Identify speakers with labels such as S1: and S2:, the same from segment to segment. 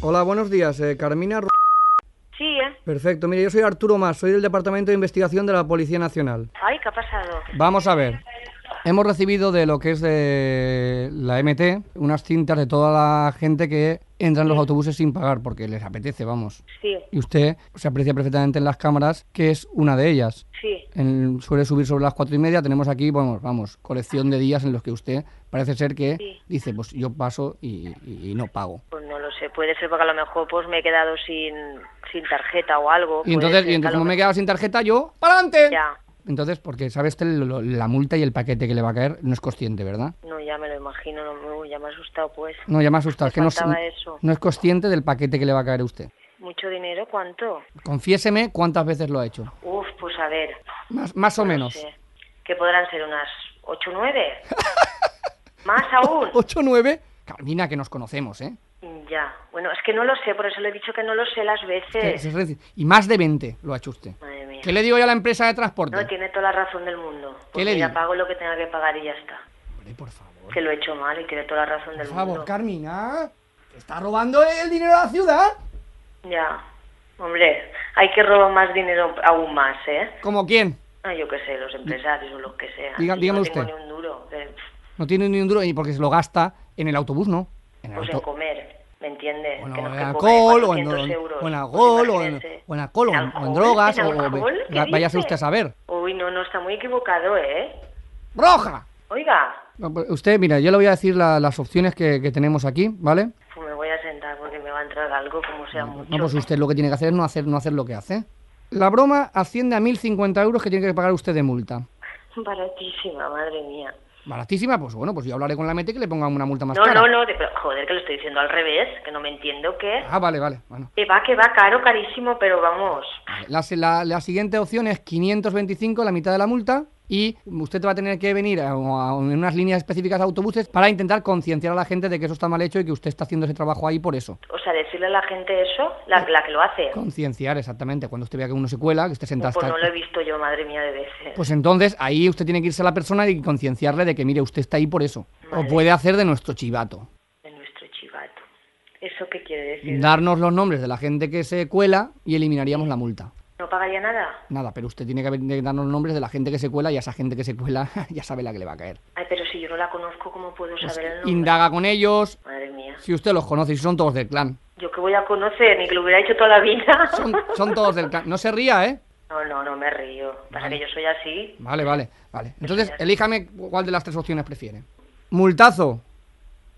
S1: Hola, buenos días. eh, Carmina. Ru-
S2: Sí, ¿eh?
S1: Perfecto. Mire, yo soy Arturo Más, soy del Departamento de Investigación de la Policía Nacional. Em-
S2: Ay, ¿qué ha pasado? Em-
S1: Vamos a ver. Hemos recibido de lo que es de la MT unas cintas de toda la gente que entra en los autobuses sin pagar porque les apetece, vamos.
S2: Sí,
S1: Y usted se aprecia perfectamente en las cámaras que es una de ellas.
S2: sí.
S1: En- suele subir sobre las cuatro y media. Tenemos aquí, vamos, vamos, colección de días en los que usted parece ser que
S2: Sí.
S1: dice, pues yo paso y, y- y no pago.
S2: Pues no lo sé, puede ser porque a lo mejor pues me he quedado sin, sin tarjeta o algo.
S1: Y
S2: puede
S1: entonces,
S2: ser
S1: y
S2: que a
S1: entonces
S2: lo
S1: como me he
S2: mejor-
S1: quedado sin tarjeta, yo para adelante.
S2: Ya,
S1: Entonces, porque sabe usted lo- lo- la multa y el paquete que le va a caer, no es consciente, ¿verdad?
S2: no, ya me lo imagino, no, no, ya me ha asustado pues.
S1: No, ya me asusta,
S2: Me
S1: Mm, es que no, es-
S2: faltaba eso.
S1: no es consciente del paquete que le va a caer a usted.
S2: ¿Mucho dinero? ¿Cuánto?
S1: Confiéseme cuántas veces lo ha hecho.
S2: Uf, pues a ver,
S1: Más, más o
S2: no
S1: menos.
S2: sé, que podrán ser unas ocho o nueve. Más aún.
S1: ¿Ocho, nueve? Carmina, que nos conocemos, ¿eh?
S2: Ya, bueno, es que no lo sé, por eso le he dicho que no lo sé las
S1: Que-
S2: veces.
S1: es decir, Y más de 20 lo ha hecho usted.
S2: Madre mía.
S1: ¿Qué le digo yo a la empresa de transporte?
S2: No, tiene toda la razón del mundo. Pues
S1: le
S2: mira,
S1: digo?
S2: pago lo que tenga que pagar y ya está.
S1: Hombre, por favor.
S2: Que lo he hecho mal y tiene toda la razón
S1: Por
S2: del
S1: favor,
S2: mundo.
S1: Carmina. ¿Te está robando el dinero a la ciudad?
S2: Ya, hombre, hay que robar más dinero aún más, ¿eh?
S1: ¿Como quién?
S2: Ah, yo qué sé, los empresarios o los que sean.
S1: Diga-
S2: Yo
S1: dígame
S2: no tengo
S1: usted.
S2: ni un duro, eh, pf,
S1: No tiene ni un duro y porque se lo gasta en el autobús, ¿no. En el
S2: pues en
S1: auto-
S2: comer, ¿me entiende?
S1: Bueno,
S2: Que no es
S1: en
S2: que
S1: alcohol,
S2: cobre
S1: o en,
S2: 400
S1: o en-
S2: euros,
S1: o en
S2: pues
S1: alcohol, o en,
S2: imagínate.
S1: o en alcohol, o en- o en
S2: alcohol?
S1: drogas,
S2: ¿En
S1: o, o-
S2: alcohol? ¿Qué
S1: va- váyase
S2: dice?
S1: usted a saber.
S2: Uy, no, no, está muy equivocado, ¿eh?
S1: ¡Roja!
S2: Oiga,
S1: No, pues Usted, mira, yo le voy a decir la- las opciones que, que tenemos aquí, ¿vale?
S2: pues me voy a sentar porque me va a entrar algo, como sea mucho.
S1: No, pues usted lo que tiene que hacer es no hacer, no hacer lo que hace. La broma asciende a 1.050 euros que tiene que pagar usted de multa.
S2: Baratísima, madre mía.
S1: Baratísima, pues bueno, pues yo hablaré con la METE que le pongan una multa más
S2: No,
S1: cara.
S2: no, no, de- pero, joder, que lo estoy diciendo al revés, que no me entiendo qué.
S1: Ah, vale, vale, bueno.
S2: Que va, que va, caro, carísimo, pero vamos.
S1: La, la- la siguiente opción es 525, la mitad de la multa, y usted va a tener que venir a, a- en unas líneas específicas de autobuses para intentar concienciar a la gente de que eso está mal hecho y que usted está haciendo ese trabajo ahí por eso.
S2: O sea, decirle a la gente eso, la, la que lo hace.
S1: Concienciar, exactamente. Cuando usted vea que uno se cuela, que usted se
S2: Pues
S1: entasca.
S2: no lo he visto yo, madre mía, de veces.
S1: Pues entonces ahí usted tiene que irse a la persona y concienciarle de que, mire, usted está ahí por eso.
S2: Vale.
S1: O puede hacer de nuestro chivato.
S2: De nuestro chivato. ¿Eso qué quiere decir?
S1: Darnos los nombres de la gente que se cuela y eliminaríamos la multa.
S2: ¿No pagaría nada?
S1: Nada, pero usted tiene que ven- darnos los nombres de la gente que se cuela y a esa gente que se cuela ya sabe la que le va a caer.
S2: Ay, pero si yo no la conozco, ¿cómo puedo
S1: Pues
S2: saber el nombre?
S1: indaga con ellos.
S2: Madre mía.
S1: Si usted los conoce, si son todos del clan.
S2: Yo que voy a conocer, ni que lo hubiera hecho toda la vida.
S1: Son, son todos del clan. No se ría, ¿eh?
S2: No, no, no me río. Pasa
S1: Vale.
S2: que yo soy así.
S1: Vale, vale, vale. Entonces, elíjame cuál de las tres opciones prefiere. Multazo,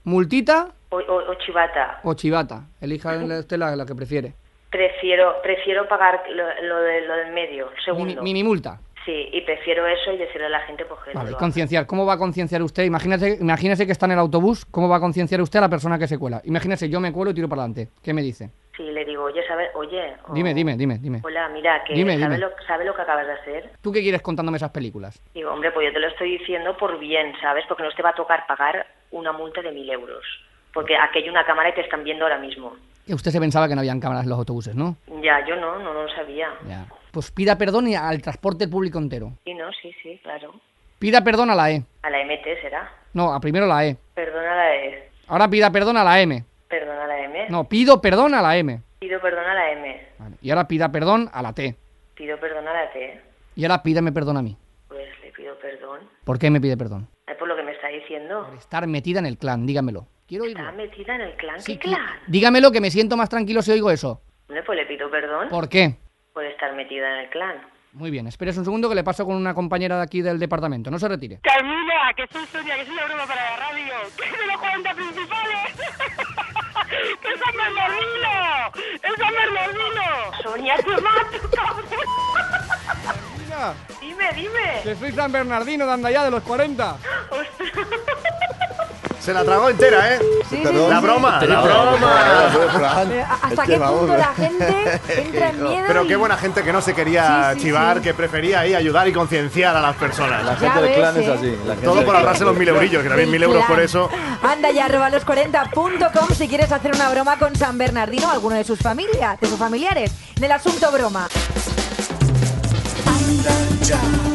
S1: multita
S2: O, o- o chivata.
S1: o chivata. Elija usted la, la que prefiere.
S2: Prefiero, prefiero pagar lo, lo de- lo del medio, el
S1: Mini,
S2: segundo.
S1: mini multa.
S2: Sí, y prefiero eso y decirle a la gente, pues que no
S1: Vale, y
S2: lo haga.
S1: concienciar. ¿Cómo va a concienciar usted? Imagínese, imagínese que está en el autobús. ¿Cómo va a concienciar usted a la persona que se cuela? Imagínese, yo me cuelo y tiro para adelante. ¿Qué me dice?
S2: Sí, le digo, oye, ¿sabes? Oye. o-
S1: Dime, dime, dime, dime.
S2: Hola, mira, que
S1: Dime,
S2: ¿sabe,
S1: dime.
S2: Lo, sabe lo que acabas de hacer?
S1: ¿Tú qué quieres contándome esas películas?
S2: Digo, hombre, pues yo te lo estoy diciendo por bien, ¿sabes? Porque no te va a tocar pagar una multa de mil euros. Porque aquí hay una cámara y te están viendo ahora mismo.
S1: Que usted se pensaba que no habían cámaras en los autobuses, ¿no?
S2: Ya, yo no, no lo sabía.
S1: Ya. Pues pida perdón y al transporte público entero.
S2: Sí, no, sí, sí, claro.
S1: Pida perdón a la E.
S2: A la MT será.
S1: No, a primero la E.
S2: Perdona a la E.
S1: Ahora pida perdón a la M.
S2: Perdona a la M.
S1: No, pido perdón a la M.
S2: Pido perdón a la M.
S1: Vale. Y ahora pida perdón a la T.
S2: Pido perdón a la T.
S1: Y ahora pídame perdón a mí.
S2: Pues le pido perdón.
S1: ¿Por qué me pide perdón?
S2: Ay, por lo que me está diciendo.
S1: Por estar metida en el clan, dígamelo. Quiero
S2: Está
S1: oírlo.
S2: metida en el clan.
S1: Sí,
S2: ¿Qué
S1: qui-
S2: clan?
S1: dígamelo que me siento más tranquilo si oigo eso.
S2: Hombre, pues le pido perdón
S1: ¿Por qué?
S2: por estar metida en el clan.
S1: Muy bien, espérese un segundo que le paso con una compañera de aquí del departamento. No se retire.
S3: Carmina, que soy Sonia, que es una broma para la radio. ¡Que es de los 40 principales! ¡Que es San Bernardino! ¡Es San Bernardino!
S2: Sonia, te mato, cabrón.
S1: Mira,
S2: Dime, dime.
S1: que soy San Bernardino de Andallá de los 40.
S4: Se la tragó entera, ¿eh?
S5: sí,
S4: la
S5: sí.
S4: broma, la broma.
S5: Pero a-
S4: Es
S5: hasta
S4: que
S5: qué punto
S4: vamos.
S5: la gente entra en miedo.
S4: Pero
S5: y-
S4: qué buena gente que no se quería
S5: Sí, sí,
S4: chivar,
S5: sí.
S4: que prefería ahí ayudar y concienciar a las personas.
S5: Ya
S6: gente del
S5: ves,
S6: clan es
S5: ¿eh?
S6: así. La gente
S4: Todo por
S6: del clan.
S4: ahorrarse los mil eurillos, que también
S5: Del
S4: mil euros por
S5: clan.
S4: eso.
S5: Anda ya, arroba los40.com si quieres hacer una broma con San Bernardino o alguno de sus familias, de sus familiares, del asunto broma.
S7: Anda ya,